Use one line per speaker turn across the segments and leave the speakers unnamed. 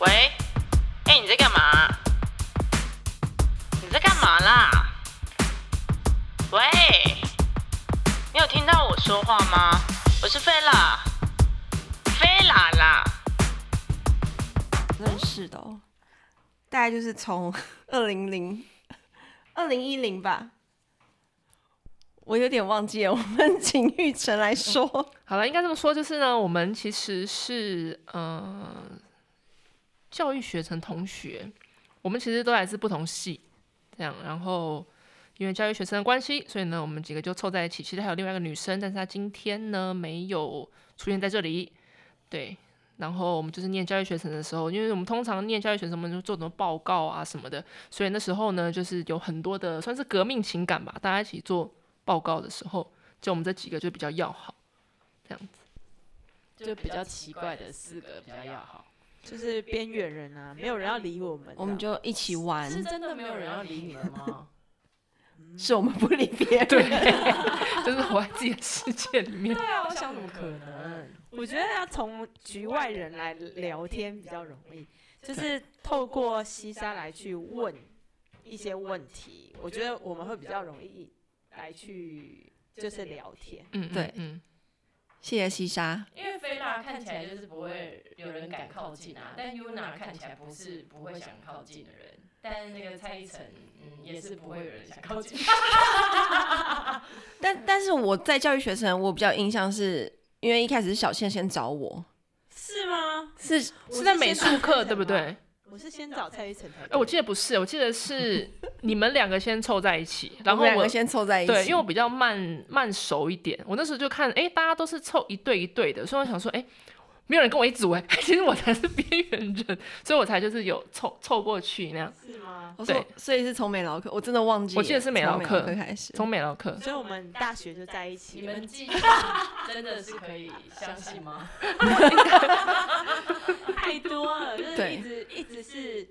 喂，哎、你在干嘛？你在干嘛啦？喂，你有听到我说话吗？我是菲拉，菲拉啦。
认识的、哦，大概就是从 二零零 二零一零吧，我有点忘记了。我们请玉成来说，
好了，应该这么说，就是呢，我们其实是呃教育学程同学，我们其实都来自不同系，这样，然后因为教育学生的关系，所以呢，我们几个就凑在一起。其实还有另外一个女生，但是她今天呢没有出现在这里，对。然后我们就是念教育学程的时候，因为我们通常念教育学程，我们就做很多报告啊什么的，所以那时候呢，就是有很多的算是革命情感吧，大家一起做报告的时候，就我们这几个就比较要好，这样子。
就比较奇怪的四个比较要好，
就是边缘人啊，没有人要理我 们。
我们就一起玩，
是真的没有人要理你们吗？
是我们不理别人。
对， 就是活在自己的世界里面。
对啊，
我想怎么可能？
我觉得要从局外人来聊天比较容易，就是透过西沙来去问一些问题，我觉得我们会比较容易来去就是聊天。
嗯，嗯
对
嗯，
谢谢西沙，
因为菲娜看起来就是不会有人敢靠近啊，但 Yuna 看起来不是不会想靠近的人，但那个蔡依晨，嗯，也是不会有人想靠近。
但但是我在教育学生，我比较印象是因为一开始是小倩先找我，
是吗？
是
我
是在
先
美
找
术课
蔡依晨
对不对？
吗？
哎、
我是先找蔡依晨才对。
哦
我记得不是，我记 得是你们两个先凑在一起，然
我
后
们两
我
个先凑在一起，
对，因为我比较慢慢熟一点，我那时候就看，哎、大家都是凑一对一对的，所以我想说，哎、没有人跟我一组哎、 其实我才是边缘人，所以我才就是有凑凑过去那样。
是吗？
我说
对
所以是从美劳课，我真的忘记了，
我记得是美
从
劳
美
课
课开始，
从美劳课，
所以我们大学就在一起
你
了。
们记忆 真的是可以相信 吗？
太多了，就是
对
一直一直是，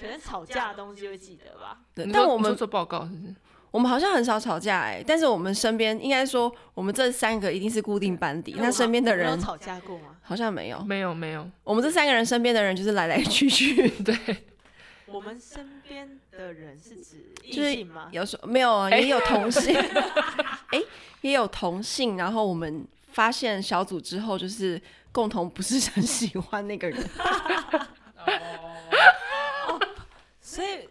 可能吵架的东西会记得吧。
对
你
但
说
我
你说
们
做报告是不是？
我们好像很少吵架哎、但是我们身边应该说，我们这三个一定是固定班底，那身边的
哎我们
人
有吵架过吗？
好像没有。
哦没有没有，
我们这三个人身边的人就是来来去去，
对，
我们身边的人是指异
就是
性吗？
有时候没有啊，
哎
也有同 性，哎、也有同性。然后我们发现小组之后，就是共同不是很喜欢那个人，
哦，
所以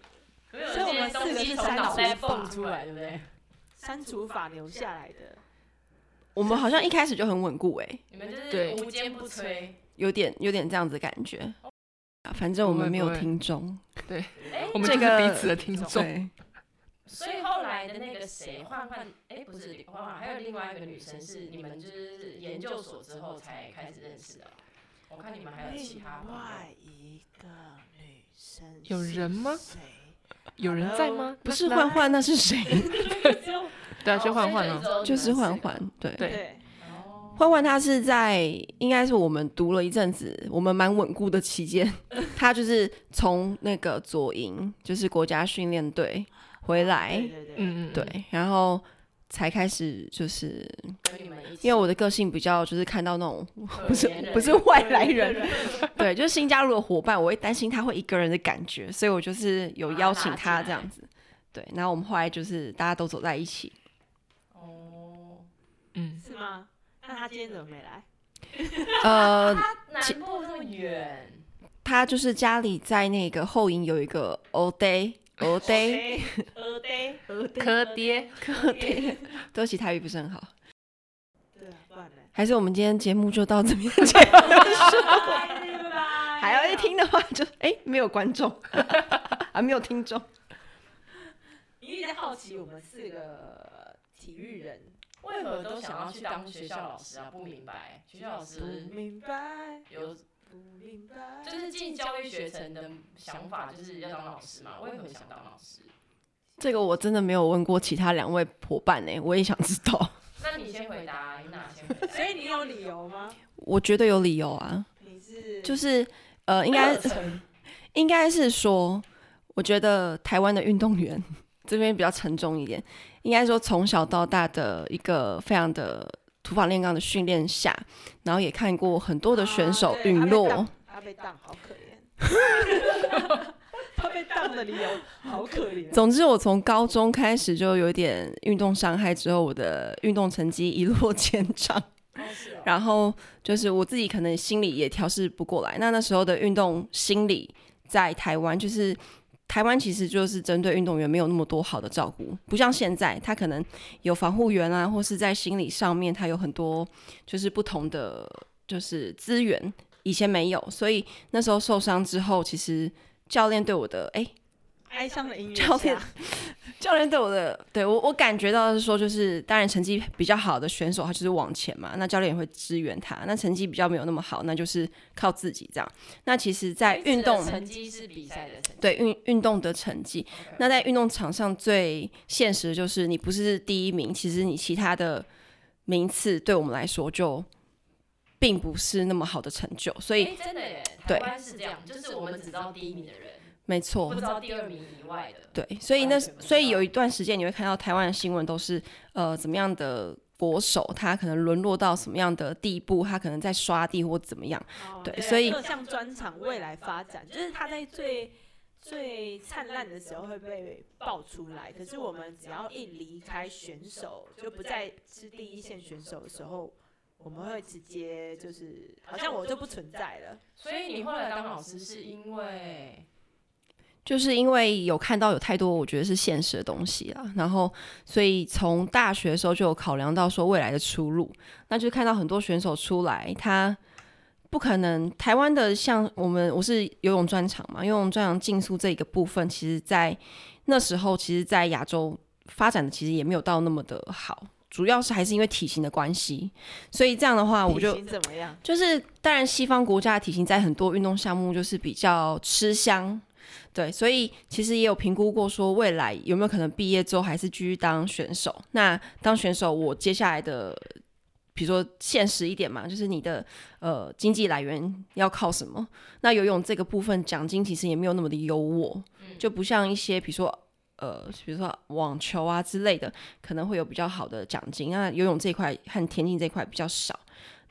所以我们四个是从脑袋蹦出来，对不对？
删除法留下来的，
我们好像一开始就很稳固哎、
你们就是
对
无坚不摧。
有点有点这样子的感觉。啊反正我
不
们
会
没有
不会
听众，
哎，
我们
这
就是
个
彼此的听众。
对，
所以后来的那个谁，焕焕，哎，不是焕焕，还有另外一个女生是你们就是研究所之后才开始认识的。我看你们还有其他
另
朋友
外一个女生
有人吗
是谁？
有人在吗？
不是焕焕，那是 谁？
对啊，就换换了。
哦所以
就是焕焕
就，
对
对
对，
哦
焕焕他是在应该是我们读了一阵子，我们蛮稳固的期 间，他就是从那个左营，就是国家训练队回来
对，对对，
嗯嗯，嗯，
哦对，然后才开始就是
跟你们一起，
因为我的个性比较就是看到那种
我
不是不是
外
外来人，， 对，就是新加入的伙伴，我会担心他会一个人的感觉，所以我就是有邀请他这样子。对，然后我们后来就是大家都走在一起，
哦，
嗯，
是吗？那他今天怎么没来？
呃，
南部那么远，
他就是家里在那个后营有一个 all day all day，
鹅呆，鹅呆，
柯爹，
柯爹，
对不起，台语不是很好。
对啊，不然呢？
还是我们今天节目就到 这边结束。
拜拜
还要一听的话就，哎没有观众， 啊没有听众。
你一直在好奇我们四个体育人，
为何都想要去当学校老师啊？不明白，学校老
不
师
明白，
有
不明白，
就是进教育学程的想法就是要当老师嘛？为何想当老师？
这个我真的没有问过其他两位伙伴呢、我也想知道。
那你先回答，哎你哪先回答？
所以你有理由吗？
我觉得有理由啊，
你是
就是呃，应该 应该是说，我觉得台湾的运动员这边比较沉重一点，应该说从小到大的一个非常的土法炼钢的训练下，然后也看过很多的选手
啊对
陨落，
他被挡他被当好可怜， 他被当的理由好可怜。
总之，我从高中开始就有点运动伤害，之后我的运动成绩一落千丈。然后就是我自己可能心里也调试不过来。那那时候的运动心理在台湾，就是台湾其实就是针对运动员没有那么多好的照顾，不像现在，他可能有防护员啊，或是在心理上面他有很多就是不同的就是资源，以前没有。所以那时候受伤之后，其实教练对我的哎、
哀伤的音乐
教练
下，
教练对我的，对我我感觉到的是说，就是当然成绩比较好的选手，他就是往前嘛，那教练也会支援他。那成绩比较没有那么好，那就是靠自己这样。那其实，在运动
成绩是比赛的成绩，
对运运动的成绩，那在运动场上最现实的就是，你不是第一名，其实你其他的名次对我们来说就并不是那么好的成就。所以，
哎，真的耶，台
对
湾是这样，就是我们只知道第一名的人，
没错，
不知道第二名以外的。
对，所以
完
那
全不知
所以
道
有一段时间你会看到台湾的新闻都是呃怎么样的国手，他可能沦落到什么样的地步，他可能在刷地或怎么样。对所以
哦各项专场未来发展，就是他在最最灿烂的时候会被爆出来。可是我们只要一离开选手，就不再是第一线选手的时候，我们会直接就是好像我就不存在了。
所以你后来当老师是因为
就是因为有看到有太多我觉得是现实的东西啊，然后所以从大学的时候就有考量到说未来的出路，那就看到很多选手出来，他不可能台湾的像我们我是游泳专场嘛，游泳专场竞速这一个部分，其实在那时候其实在亚洲发展的其实也没有到那么的好，主要是还是因为体型的关系，所以这样的话我就
体型怎么样？
就是当然，西方国家的体型在很多运动项目就是比较吃香，对，所以其实也有评估过说未来有没有可能毕业之后还是继续当选手。那当选手，我接下来的。比如说现实一点嘛，就是你的呃经济来源要靠什么？那游泳这个部分奖金其实也没有那么的优渥，就不像一些比如说呃比如说网球啊之类的，可能会有比较好的奖金。那游泳这一块和田径这一块比较少。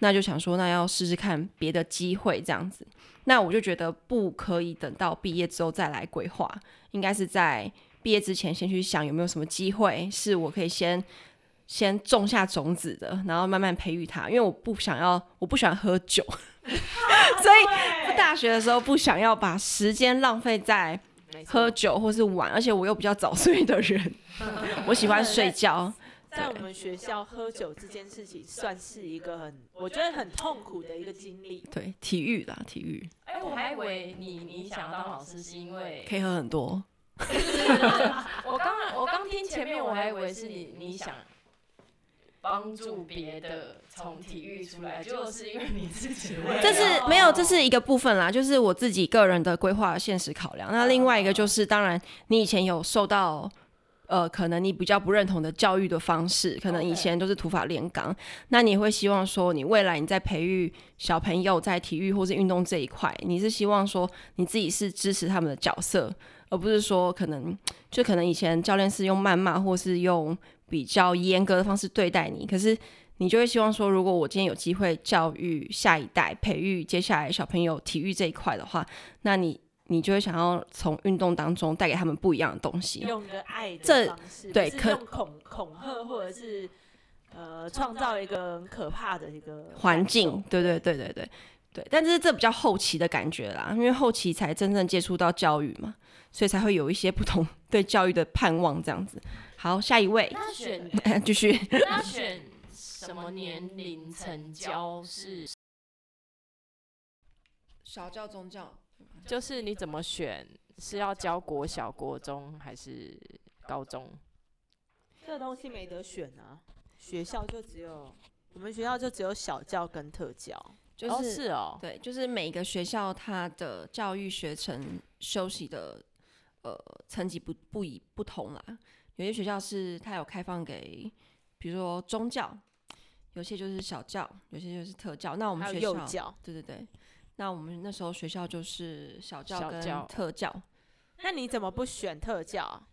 那就想说，那要试试看别的机会这样子。那我就觉得不可以等到毕业之后再来规划，应该是在毕业之前先去想有没有什么机会是我可以先先种下种子的，然后慢慢培育它。因为我不想要，我不喜欢喝 酒，所
啊
以大学的时候不想要把时间浪费在
没错
喝酒或是玩，而且我又比较早睡的 人，我喜欢睡觉。
在我们学校喝酒这件事情，算是一个很我觉得很痛苦的一个经历。
对，体育啦，体育
哎、我还以为你你想当老师是因为，
可以喝很多。
我刚我刚听前面我还以为是你你想帮助别的从体育出来，结果是因为你自己为了
这是没有，这是一个部分啦，就是我自己个人的规划、现实考量。那另外一个就是，当然你以前有受到。呃，可能你比较不认同的教育的方式，可能以前都是土法炼钢那你会希望说，你未来你在培育小朋友在体育或是运动这一块，你是希望说你自己是支持他们的角色，而不是说可能就可能以前教练是用谩骂或是用比较严格的方式对待你，可是你就会希望说，如果我今天有机会教育下一代，培育接下来小朋友体育这一块的话，那你你就会想要从运动当中带给他们不一样的东西。
用个爱
这
的方式，
对
不
可
是用恐恐吓或者是呃创造一个很可怕的一个
环
感
境
受，
对对对对对对，但是这比较后期的感觉啦，因为后期才真正接触到教育嘛，所以才会有一些不同对教育的盼望这样子。好，下一位，
那选
继续。
那选什么年龄层教是？
小教宗教，
就是你怎么选，是要教国小、国中还是高中？
这个东西没得选啊。学校就只有我们学校就只有小教跟特教，
就
哦，
是、
是哦，
对，就是每个学校它的教育学程休息的呃层级不不一不同啦。有些学校是它有开放给，比如说宗教，有些就是小教，有些就是特教。那我们
还有
学
幼
校，
教。
对对对，那我们那时候学校就是小教
小
跟
教
特教。
那你怎么不选特教啊？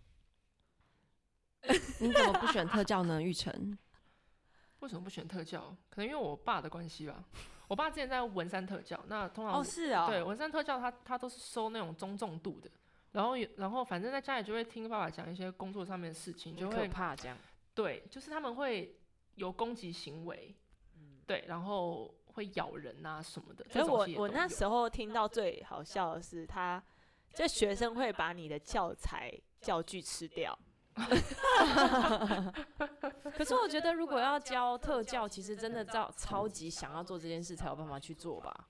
你怎么不选特教呢？玉成，
为什么不选特教？可能因为我爸的关系吧。我爸之前在文山特教，那通常
哦，是哦，
对，文山特教他他都是收那种中重度的，然后也然后反正在家里就会听爸爸讲一些工作上面的事情，就
很可
会
怕这样。
对，就是他们会有攻击行为，对，然后会咬人啊什么的。
可是哎我我那
那
时候听到最好笑的是他，这学生会把你的教材教具吃掉。
可是我觉得，如果要教特教，其实真的超超级想要做这件事才有办法去做吧。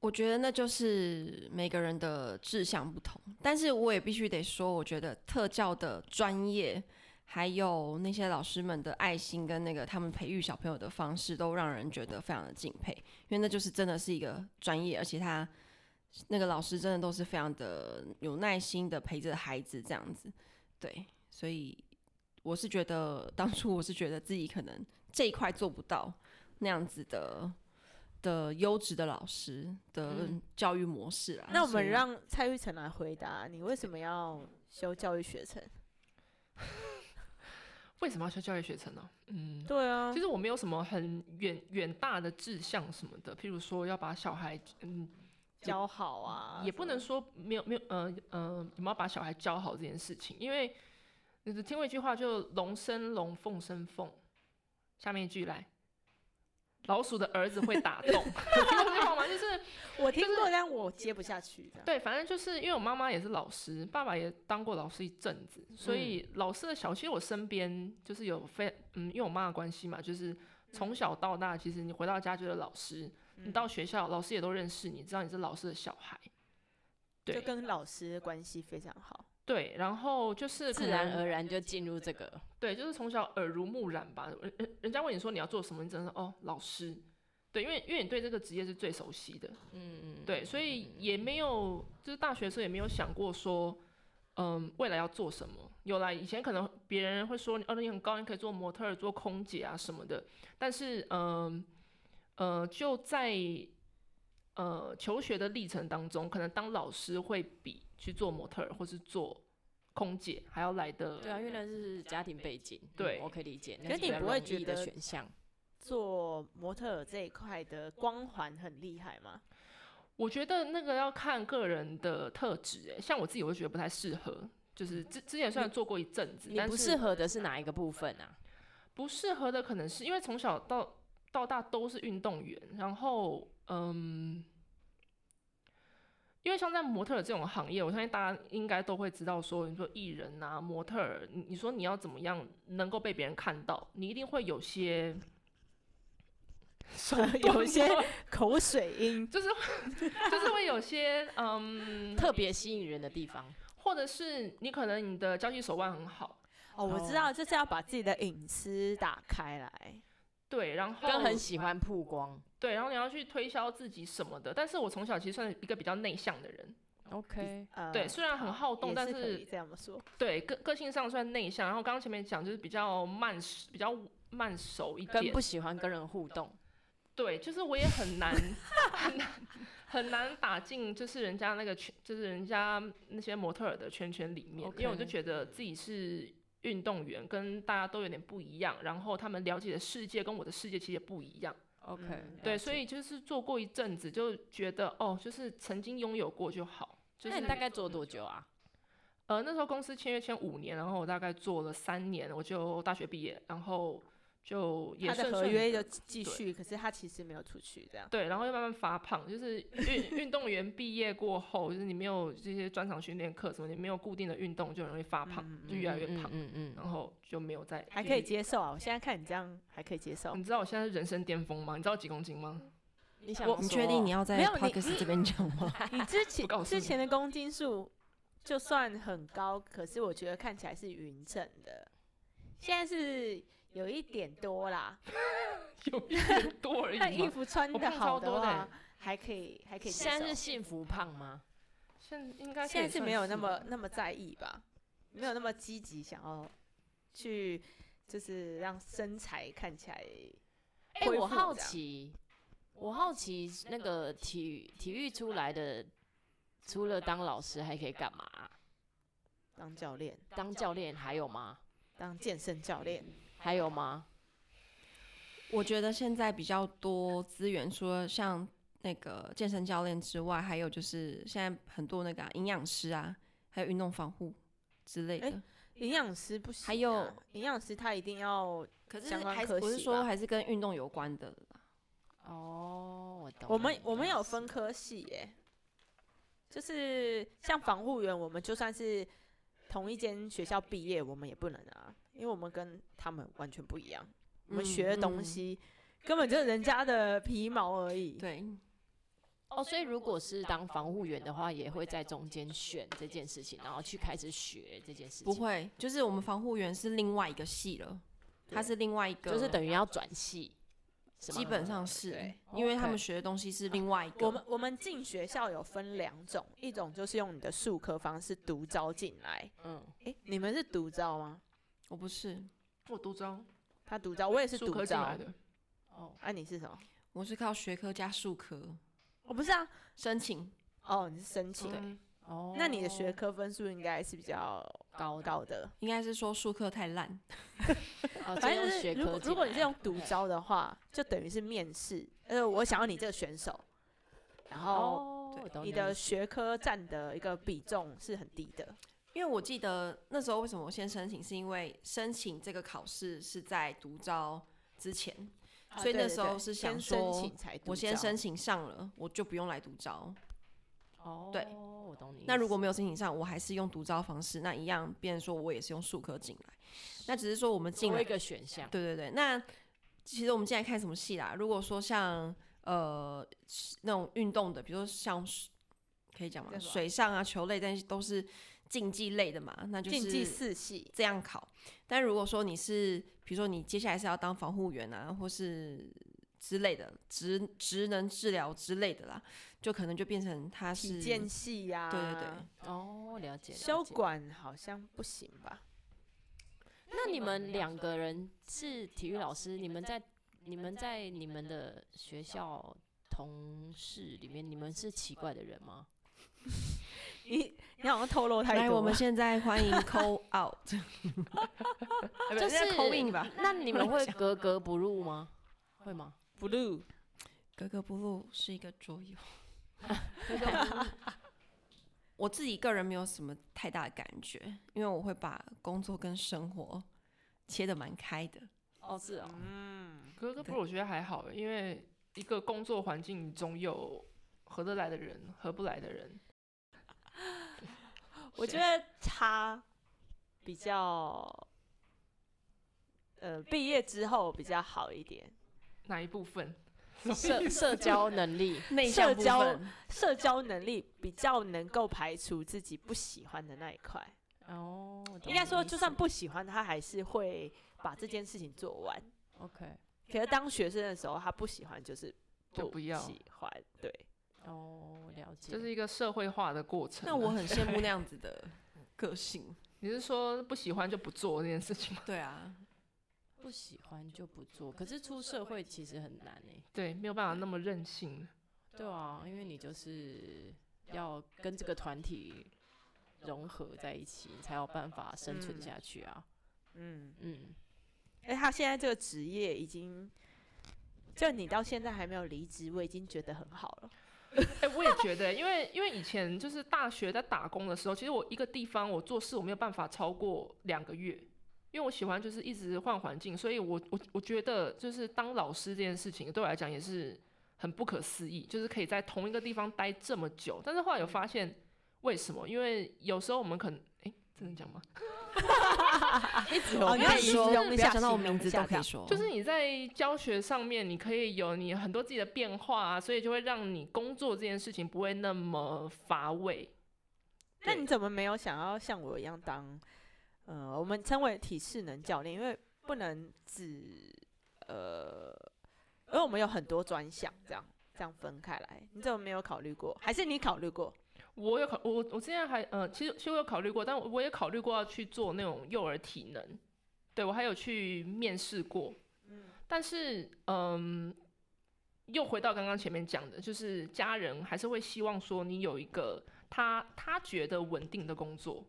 我觉得那就是每个人的志向不同，但是我也必须得说，我觉得特教的专业，还有那些老师们的爱心跟那个他们培育小朋友的方式，都让人觉得非常的敬佩，因为那就是真的是一个专业，而且他那个老师真的都是非常的有耐心的陪着孩子这样子，对，所以我是觉得当初我是觉得自己可能这一块做不到那样子的的优质的老师的
嗯
教育模式啊。
那我
所
们
以
嗯
让蔡玉成来回答，你为什么要修教育学程？
为什么要修教育学程呢？嗯，
对啊
其，实我没有什么很远远大的志向什么的，譬如说要把小孩，嗯，
教好啊，
也不能说没有没有，呃呃，有没有把小孩教好这件事情，因为你只听过一句话，就“龙生龙，凤生凤”。下面一句来，老鼠的儿子会打 洞，听过这句话吗？就是
我听过，但我接不下去的。
对，反正就是因为我妈妈也是老师，爸爸也当过老师一阵子，所
嗯
以老师的小，其实我身边就是有非嗯，因为我妈的关系嘛，就是从小到大，其实你回到家就是老师，
嗯
你到学校老师也都认识你，知道你是老师的小孩，
就
对
跟老师关系非常好。
对，然后就是可
自然
能
而然就进入这个，
对，就是从小耳濡目染吧。人人人家问你说你要做什么，你只能说哦，老师。对，因为因为你对这个职业是最熟悉的，
嗯，
对，所以也没有就是大学的时候也没有想过说，嗯，未来要做什么。有啦，以前可能别人会说你，哦，你很高，你可以做模特儿、做空姐啊什么的。但是，嗯，呃，就在呃求学的历程当中，可能当老师会比去做模特儿或是做空姐还要来的
对啊，因为那是家庭背景，嗯
对
我可以理解。
可是你不会觉
觉的
得
选项，
做模特儿这一块的光环很厉害吗？
我觉得那个要看个人的特质，哎，像我自己，我就觉得不太适合。就是之之前虽然做过一阵子，
你
但
不
是
适合的是哪一个部分啊？
不适合的可能是因为从小到到大都是运动员，然后嗯，因为像在模特儿这种行业，我相信大家应该都会知道说，你说艺人啊、模特儿，你你说你要怎么样能够被别人看到，你一定会有些 手 段
有一些
吗
口水音，
就是就是会有些嗯。
特别吸引人的地方，
或者是你可能你的交际手腕很好，
哦，我知道，就是要把自己的隐私打开来。
对，然后
跟很喜欢曝光。
对，然后你要去推销自己什么的。但是我从小其实算是一个比较内向的人，
OK，
呃
对，虽然很好动，
也
但
是可以
是
这样说，
对个个性上算内向。然后刚刚前面讲就是比较慢，比较慢熟一
跟
点
不，喜欢跟人互动，
对，就是我也很难很难 很难打进就是人家那个圈，就是人家那些模特儿的圈圈里面
OK
因为我就觉得自己是运动员，跟大家都有点不一样，然后他们了解的世界跟我的世界其实也不一样。
OK，、
嗯
对，所以就是做过一阵子，就觉得哦，就是曾经拥有过就好。就
那
是
你大概做多久啊？
呃，那时候公司签约签五年，然后我大概做了三年，我就大学毕业，然后就也
他
顺
的
顺
合约
地
就继续，可是他其实没有出去，这样。
对，然后又慢慢发胖，就是运 运动员毕业过后，就是你没有这些专场训练课什么，你没有固定的运动，就很容易发胖，就越来越胖，
嗯嗯嗯
然后就没有再
还可以
继续。
接受啊！我现在看你这样还可以接受
你，知道我现在是人生巅峰吗？你知道几公斤吗？
你想
我你确定你要在
没有
p
你
o d c a s 这边讲吗？
你之
我告
前
诉你
之前的公斤数就算很高，可是我觉得看起来是匀称的，现在是有一点多啦。
有一点多而已
那衣
嘛。
服穿
我
的
胖
好
超多的
话
欸，，
还可以还可以接
现在
受
是。幸福胖吗？
现应该可
现在
以
是
算
没有那
吧
么那么在意吧，没有那么积极想要去，就是让身材看起来。
哎、
恢复
我好
这样
奇，我好奇那个体育体育出来的，除了当老师还可以干嘛啊、
当教练，
当教练还有吗？
当健身教练，
还有吗？
我觉得现在比较多资源，除了像那个健身教练之外，还有就是现在很多那个啊营养师啊，还有运动防护之类的。
哎营养师不行、啊
还有
营养师他一定要
可是
相关
还
科
是我是
系
说
吧
还是跟运动有关的啦。
哦，我懂了。
我们我们有
分。
分科系耶，就是像防护员，我们就算是同一间学校毕业，我们也不能啊，因为我们跟他们完全不一样，我
嗯
们学的东
嗯
西、根本就是人家的皮毛而已。
对，
哦，所以如果是当防护员的话，也会在中间选这件事情，然后去开始学这件事情。
不，会，就是我们防护员是另外一个系了，它是另外一个，
就是等于要转系，是吗
基本上是
对，
因为他们
OK
学的东西是另外一个。
我们我们进学校有分两种，一种就是用你的术科方式独招进来，
嗯，
诶，你们是独招吗？
我不是，
我独招，
他独招，我也是
数
独
科进
招
来。的，
哦，
啊，你是什么？
我是靠学科加数科
我不是啊。
申请。
哦，你是申请。
嗯，
哦，
那你的学科分数应该是比较
高的，
高的。
应该是说数科太烂，
哦这
反正
用
就是
学
如
科
果
进
如果你
来哦
是用独招的话，就等于是面试。呃，我想要你这个选手，然后
哦，我懂
你
的
的
意思
学科占的一个比重是很低的。
因为我记得那时候为什么我先申请，是因为申请这个考试是在独招之前，啊所以那时候是想
先申
说
请才
我先
独招
申请上了，我就不用来独招。
哦，
对
我懂你意思。
那如果没有申请上，我还是用独招方式，那一样，别人说我也是用数科进来，那只是说我们进
多
来
一个选项，
对对对，那其实我们进来看什么戏啦？如果说像呃是那种运动的，比如说像水可以讲嘛
叫，什么
水上啊、球类，但是都是竞技类的嘛，那就
竞
是
技四系，
这样考。但如果说你是，比如说你接下来是要当防护员啊，或是之类的职职能治疗之类的啦，就可能就变成他
体
是
健啊系呀、
对对对，
哦，了解。了
修
解
管好像不行吧？
那你们两个人是体育老师，你们在你们在你们的学校同事里面，你们是奇怪的人吗？
你你好像透露太多了。
来，我们现在欢迎 call out，
就
啊
哎
就是是 call in 吧。
那你们会格格不入吗？会吗？
blue
格格不入是一个桌游，我自己个人没有什么太大的感觉，因为我会把工作跟生活切得蛮开的。
哦，是哦，
嗯
格格不入我觉得还好，欸因为一个工作环境总有合得来的人，合不来的人。
我觉得他比较，呃，毕业之后比较好一点，
哪一部分？
社 社交能力，
内
向
向
部
部
分
分，
社交能力比较能够排除自己不喜欢的那一块。
哦，我懂
应该
你
说，
意
就
思
算不喜欢，他还是会把这件事情做完。
OK，
可是当学生的时候，他不喜欢就是
就不要
喜欢，对，
哦，了解，
这是一个社会化的过程啊。
那我很羡慕那样子 的个性。
你是说不喜欢就不做这件事情吗？
对啊，
不喜欢就不做，可是出社会其实很难欸诶。
对，没有办法那么任性。
对啊，因为你就是要跟这个团体融合在一起，你才有办法生存
嗯
下去啊。
嗯。
嗯，
哎，他现在这个职业已经，就你到现在还没有离职，我已经觉得很好了。
哎、我也觉得，因为因为以前就是大学在打工的时候，其实我一个地方我做事我没有办法超过两个月，因为我喜欢就是一直换环境，所以我我我觉得就是当老师这件事情对我来讲也是很不可思议，就是可以在同一个地方待这么久。但是后来有发现为什么？因为有时候我们可能哎、真的讲吗？
啊
一直哦，你
可
要
以
形
说，
容
不
一
要
下，
想到我
形容
名字
一下
都可以
这样
说，
就是你在教学上面，你可以有你很多自己的变化啊，所以就会让你工作这件事情不会那么乏味。
那你怎么没有想要像我一样当，呃，我们称为体适能教练，因为不能只呃，因为我们有很多专项，这样这样分开来，你怎么没有考虑过？还是你考虑过？
我有考，我我之前还呃，其实其实我有考虑过，但我我也考虑过要去做那种幼儿体能，对我还有去面试过，但是嗯，又回到刚刚前面讲的，就是家人还是会希望说你有一个他他觉得稳定的工作，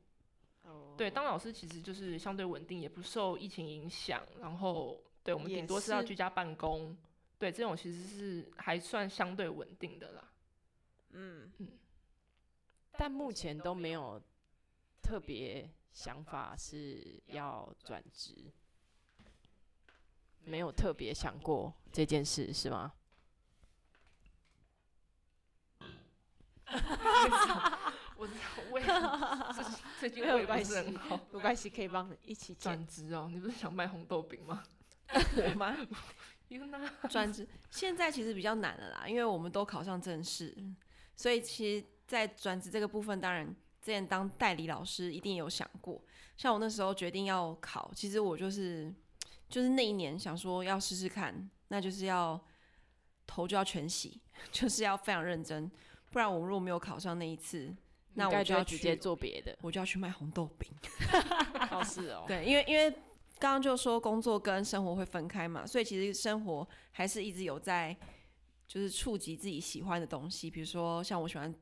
哦
对，当老师其实就是相对稳定，也不受疫情影响，然后对，我们
也
顶多是要
是
居家办公。对，这种其实是还算相对稳定的啦。
嗯，
但目前都没有特别想法是要转职，没有特别想过这件事是吗？
我我也最近
没有
胃不
关
是很
系
好，
没关系，可以帮你一起转
转职哦。你不是想卖红豆饼吗？
我吗？
因为那
专职现在其实比较难了啦，因为我们都考上正式，
嗯
所以其实，在转职这个部分，当然之前当代理老师一定有想过。像我那时候决定要考，其实我就是就是那一年想说要试试看，那就是要头就要全洗， 就是要非常认真，不然我如果没有考上那一次，那
应该
我
就
要
直接
去。
做别的
我就要去卖红豆饼。
哦，是哦，
对，因为因为刚刚就说工作跟生活会分开嘛，所以其实生活还是一直有在就是触及自己喜欢的东西，比如说像我喜欢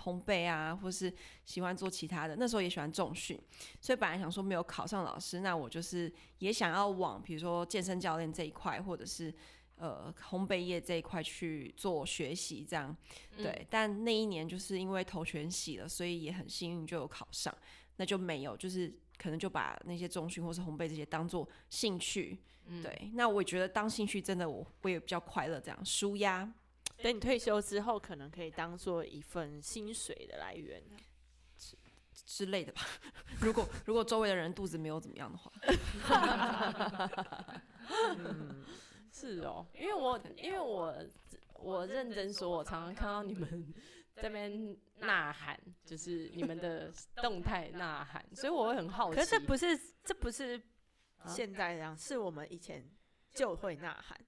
烘焙啊，或是喜欢做其他的。那时候也喜欢重训，所以本来想说没有考上老师，那我就是也想要往比如说健身教练这一块，或者是。呃，烘焙业这一块去做学习，这样对、但那一年就是因为头全洗了，所以也很幸运就有考上。那就没有，就是可能就把那些中训或是烘焙这些当做兴趣。
嗯
对，那我觉得当兴趣真的我我也比较快乐，这样舒压。
等你退休之后，可能可以当做一份薪水的来源。
之类的吧。 如果如果周围的人肚子没有怎么样的话，
是哦，因为我因为我我认真说，我常常看到你 们这边呐喊，就是 你们的动态呐喊，所以我会很好奇。
可是这不是，这不是
啊
现在这样，是我们以前就会呐喊，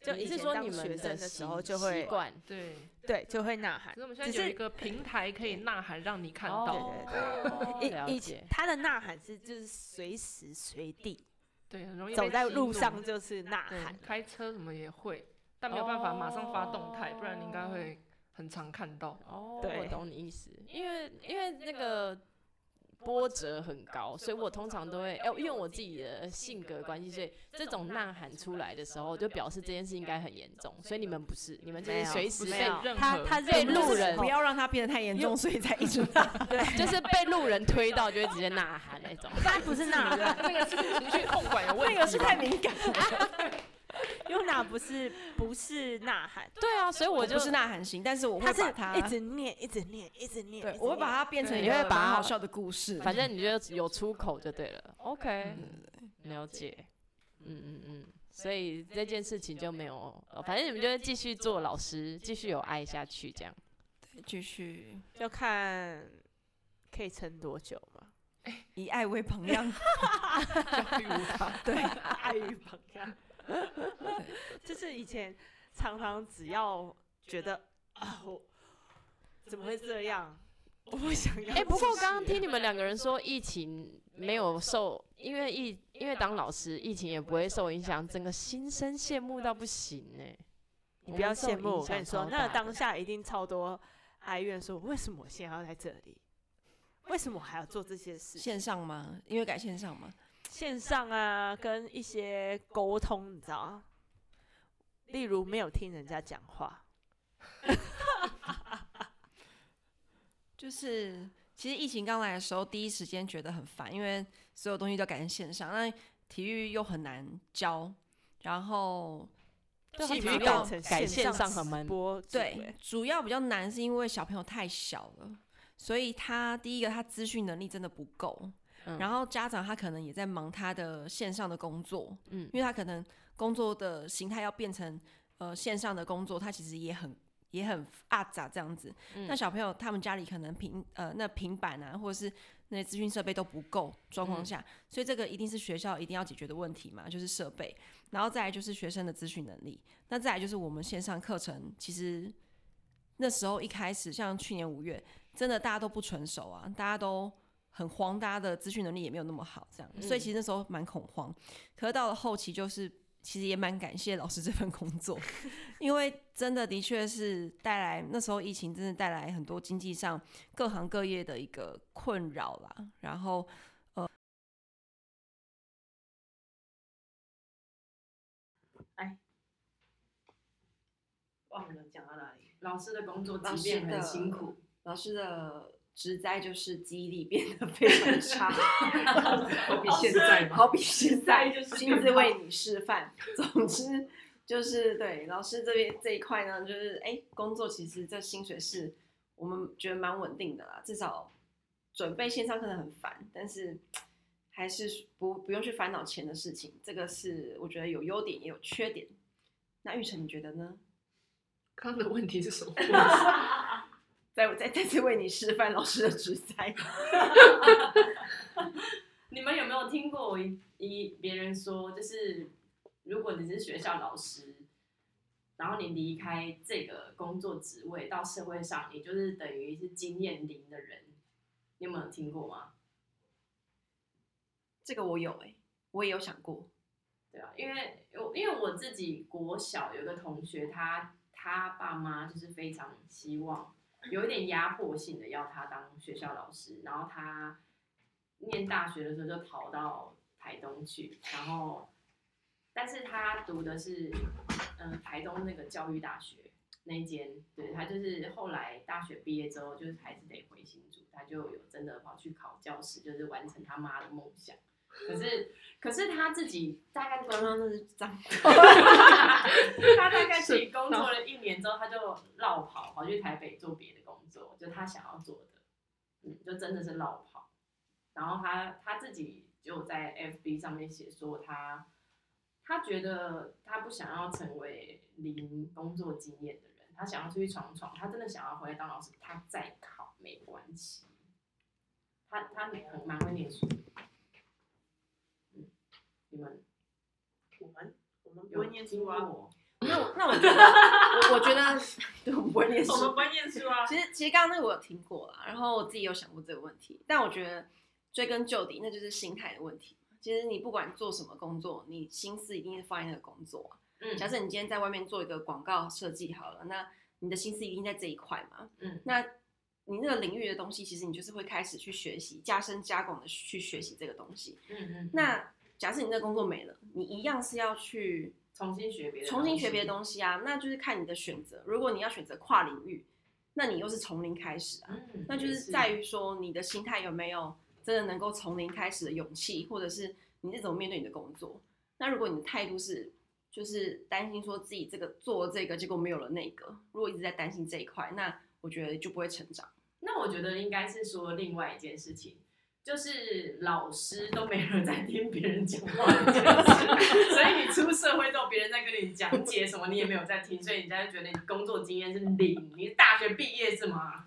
就
你
以
是
前
说
当
你们
学生的
的习
时候就会
习惯
对，
对，就会呐喊
只是。我们现
只
在有
是
一个平台可以呐喊，让你看
哦
到。
以
了
以
解
前他的呐喊是就是随时随地
对，很容易
走
被
在
激
路
怒
上就是呐
对
喊，
开车什么也会，但没有办法马上发动态，不然你应该会很常看到。
哦，
对
我懂你意思，因为因为那个波折很高，所以我通常都会，哎、因为我自己的性格关系，所以这种呐喊出来的时候，就表示这件事应该很严重，所以你们不是，你们就是随时
不是
没
被
有
任
他
何
他
对
认
路
路
人
人
不要让它变得太严重，所以 才一直骂。
就是被路人推到就会直接呐喊那种，
当然不是呐喊，
这个是情绪控管有问题吧，
敏感，
因为呐不是不是呐喊，
对啊，所以我
我
就
不是呐喊型，但是我
他
会把它
是一直念一直念一直念，
对
一，直
我会
念
把它变成一
你
会
个
把它
蛮好笑的故事。嗯
反正你就有出口就对了，OK，了解，嗯嗯嗯，所以这件事情就没有，呃反正你们就会继续做老师，继续有爱下去这样。
继续
就看可以撑多久嘛，
以爱为榜样，
教育无法
对，爱与榜样。就是以前常常只要觉得啊，我怎么会这样？我不想要。
哎、不过刚刚听你们两个人说，疫情没有受，因为疫，因为当老师，疫情也不会受影响，整个心生羡慕到不行哎、
你不要羡慕，
我
我跟你说，那
那
个当下一定超多哀怨，说为什么我现在要在这里？为什么我还要做这些事？
线上吗？因为改线上吗？
线上啊，跟一些沟通，你知道吗？例如没有听人家讲话，
就是其实疫情刚来的时候，第一时间觉得很烦，因为所有东西都改成线上，那体育又很难教，然后
对
体
很
育
难
要
教
成
改线上很
直
闷
播主
对
欸，
主要比较难是因为小朋友太小了，所以他第一个他资讯能力真的不够。
嗯
然后家长他可能也在忙他的线上的工作，
嗯
因为他可能工作的形态要变成呃线上的工作，他其实也很也很阿杂这样子。
嗯
那小朋友他们家里可能平呃那平板啊，或者是那些资讯设备都不够状况下，
嗯
所以这个一定是学校一定要解决的问题嘛，就是设备，然后再来就是学生的资讯能力，那再来就是我们线上课程其实。那时候一开始，像去年五月，真的大家都不成熟啊，大家都很慌，大家的资讯能力也没有那么好，这样，所以其实那时候蛮恐慌。可是到了后期，就是其实也蛮感谢老师这份工作，因为真的的确是带来那时候疫情真的带来很多经济上各行各业的一个困扰啦，然后。呃，
忘了讲到哪里。老师的工作
老
即
师
便
的
很辛苦，
老师的职灾就是记忆力变得非常差，
好比现在嘛，
好比现在就是亲自为你示范。总之就是对老师这边这一块呢，就是哎，工作其实这薪水是我们觉得蛮稳定的啦，至少准备线上课程很烦，但是还是不不用去烦恼钱的事情，这个是我觉得有优点也有缺点。那玉成你觉得呢？
刚刚的问题是什么？
再再再次为你示范老师的职灾。
你们有没有听过我一一别人说，就是如果你是学校老师，然后你离开这个工作职位到社会上，你就是等于是经验零的人，你有没有听过吗？
这个我有哎、我也有想过。
对啊，因为我因为我自己国小有个同学，他他爸妈就是非常希望，有一点压迫性的要他当学校老师，然后他念大学的时候就逃到台东去，然后但是他读的是嗯、呃台东那个教育大学那一间，对他就是后来大学毕业之后，就是还是得回新竹，他就有真的跑去考教师，就是完成他妈的梦想，可是。可是他自己大概
刚刚那是 脏，
他大概自己工作了一年之后，他就绕跑跑去台北做别的工作，就他想要做的，嗯，就真的是绕跑。然后他他自己就在 FB 上面写说他他觉得他不想要成为零工作经验的人，他想要出去闯闯，他真的想要回来当老师，他再考没关系。他他很蛮会念书的，嗯，你们
我们我们不
有
会念书啊
听，过
那我那我觉得，我我觉得 对我不会念
我们
书
不。会念书啊。
其实其实刚刚那个我有听过啦，然后我自己有想过这个问题，但我觉得追根究底，那就是心态的问题。其实你不管做什么工作，你心思一定是放在那个工作啊。
嗯
假设你今天在外面做一个广告设计好了，那你的心思一定在这一块嘛。
嗯，
那你那个领域的东西，其实你就是会开始去学习，加深加广的去学习这个东西。
嗯嗯，
那假设你那个工作没了，你一样是要去
重新学别的，
重新学别的东西啊，那就是看你的选择。如果你要选择跨领域，那你又是从零开始啊，
嗯，
那就是在于说你的心态有没有真的能够从零开始的勇气，或者是你是怎么面对你的工作。那如果你的态度是就是担心说自己这个做了这个，结果没有了那个，如果一直在担心这一块，那我觉得就不会成长。
那我觉得应该是说另外一件事情，就是老师都没人在听别人讲话这件事， 所以你出社会之后，别人在跟你讲解什么，你也没有在听，所以人家就觉得你工作经验是零，你大学毕业是吗？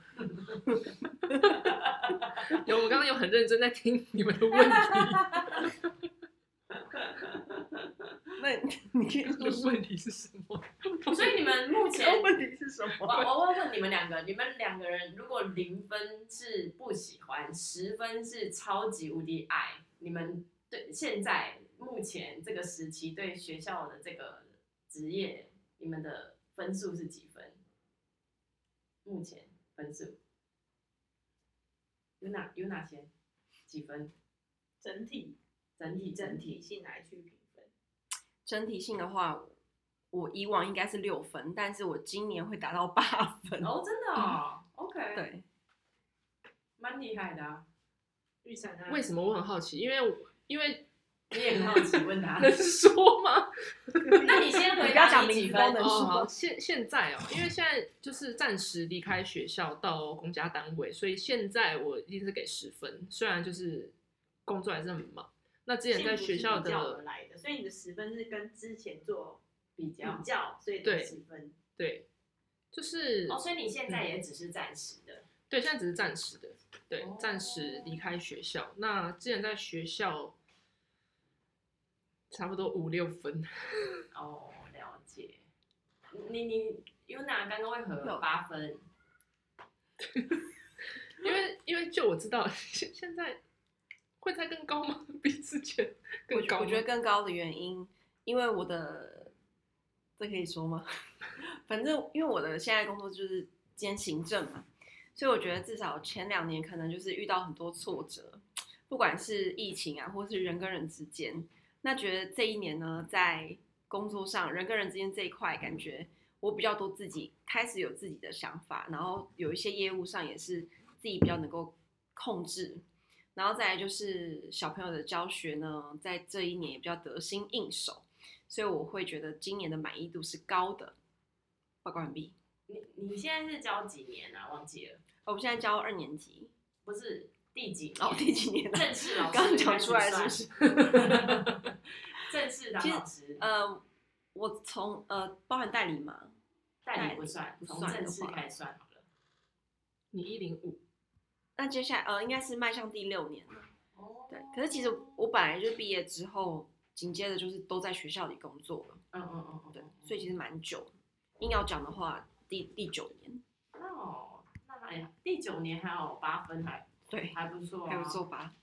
有，我刚刚有很认真在听你们的问题，
那你可以说说
问题是什么？
所以你们目 前。
问题是什
我
么？
我问问你们两个，你们两个人如果零分是不喜欢，十分是超级无敌爱，你们对现在目前这个时期对学校的这个职业，你们的分数是几分？目前分数有哪有哪些？几分？
整体
整体
以整体性来去评分，
整体性的话，我以往应该是六分，但是我今年会达到八分。
哦，真的哦、o k，
对，
蛮厉害的啊，
预算 啊，
为什么我很好奇？因为我因为
你也很好奇问 他
能，说吗？
那你先回
不要
答
讲
你
名
几
字都
分？
能
哦，
说
好，。现现在哦，因为现在就是暂时离开学校到公家单位，所以现在我一定是给十分，虽然就是工作还是很忙。那之前在学校
幸福是比较而
的
来的，所以你的十分是跟之前做
比
比
较。
较，所以
对
得十分。
对，就是、
哦，所以你现在也只是暂时的。
对，现在只是暂时的，对
哦，
暂时离开学校。那之前在学校差不多五六分，
哦，了解。你你 Yuna 刚刚为何
有
八分？
因为因为就我知道 现现在会再更高吗？比之前
我
更
觉
高吗
我觉得更高的原因，因为我的这可以说吗？ 反正因为我的现在工作就是兼行政嘛，所以我觉得至少前两年可能就是遇到很多挫折，不管是疫情啊，或是人跟人之间。那觉得这一年呢，在工作上人跟人之间这一块，感觉我比较多自己开始有自己的想法，然后有一些业务上也是自己比较能够控制，然后再来就是小朋友的教学呢，在这一年也比较得心应手，所以我会觉得今年的满意度是高的。报告完毕。
你你现在是教几年啊？忘记了，
哦我现在教二年级，
不是第几年？
哦，第几年了？
正式老师
刚刚讲出来
开
是不
始
是？
算？ 正式当
其实
老师，
呃，我从呃包含代理嘛，
代理不算，
不
从
算
正
的
式
话
开始算好了。
你一零五，
那接下来呃应该是迈向第六年了。
哦
对，可是其实我本来就毕业之后，紧接着就是都在学校里工作了，
嗯嗯嗯嗯，
对，所以其实蛮久的。硬要讲的话，第第九年，
哦，那还好第九年还有八分还
对，
还不错、啊，
还不，错吧？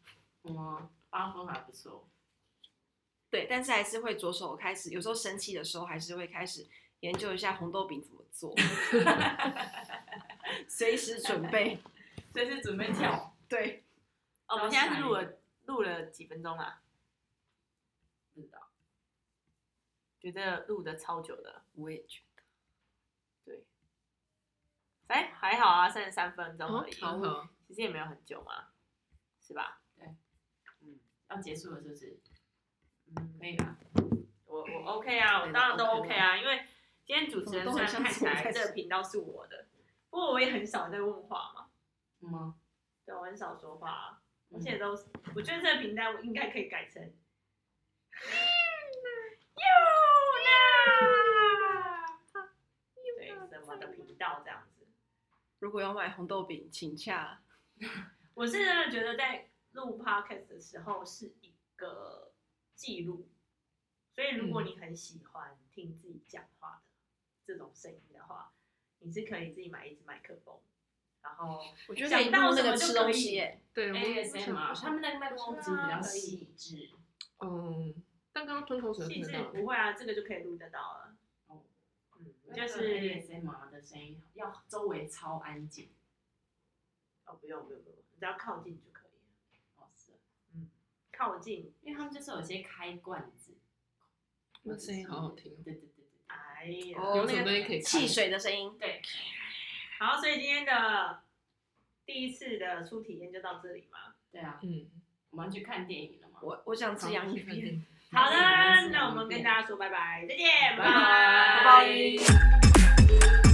嗯，八分还不错。
对，但是还是会着手开始，有时候生气的时候还是会开始研究一下红豆饼怎么做，随时准备。
所以是准备跳。
对，
哦我们
到
现在
下
是
一
录
个
了录了几分钟啦？不知道，觉得录的超久的。
我也觉得
对，哎、还好啊，三十三分钟
哦
而已，
好好，
其实也没有很久嘛，是吧？
要结束了是不是？
嗯，
可以吧？
我我 OK 啊，我
对
当然都
我
OK
，OK
啊，因为今天主持人
我都
虽
很
然看起
想
来
说
这个频道是我的，不过我也很少在问话嘛，
吗？
对我很少说话、啊，
嗯
而且都是我觉得这个频道我应该可以 改成。又啦对什么的频道这样子，
如果要买红豆饼，请洽。
我是真的觉得在录 podcast 的时候是一个记录，所以如果你很喜欢听自己讲话的这种声音的话，你是可以自己买一支麦克风，然后
我觉得
想
可以
到
录那
什么
个
就
吃
可
东
以
西耶，
对我我想我
ASMR，他
想
们那个麦克风只是比较细致，
嗯，但刚刚吞口水
细
听得
致
到，
不会啊，这个就可以录得到了。
哦
嗯，
就
就是是
ASMR 的声音，要周围超安静。
哦，不用不用不用，你只要靠近就可以了，
哦，是，
靠近，
因为他们就是有些开罐子，
那声音好好听哦
对对对对对。
哎呀，
哦
有
那
什么
个
东西可以看
汽水的声音，
对，
好，所以今天的第一次的初体验就到这里嘛。
对啊，
嗯，
我们要去看电影了吗？
我我想吃洋芋片。
好的，那我们跟大家说拜拜，再见，拜
拜
拜。
拜
拜。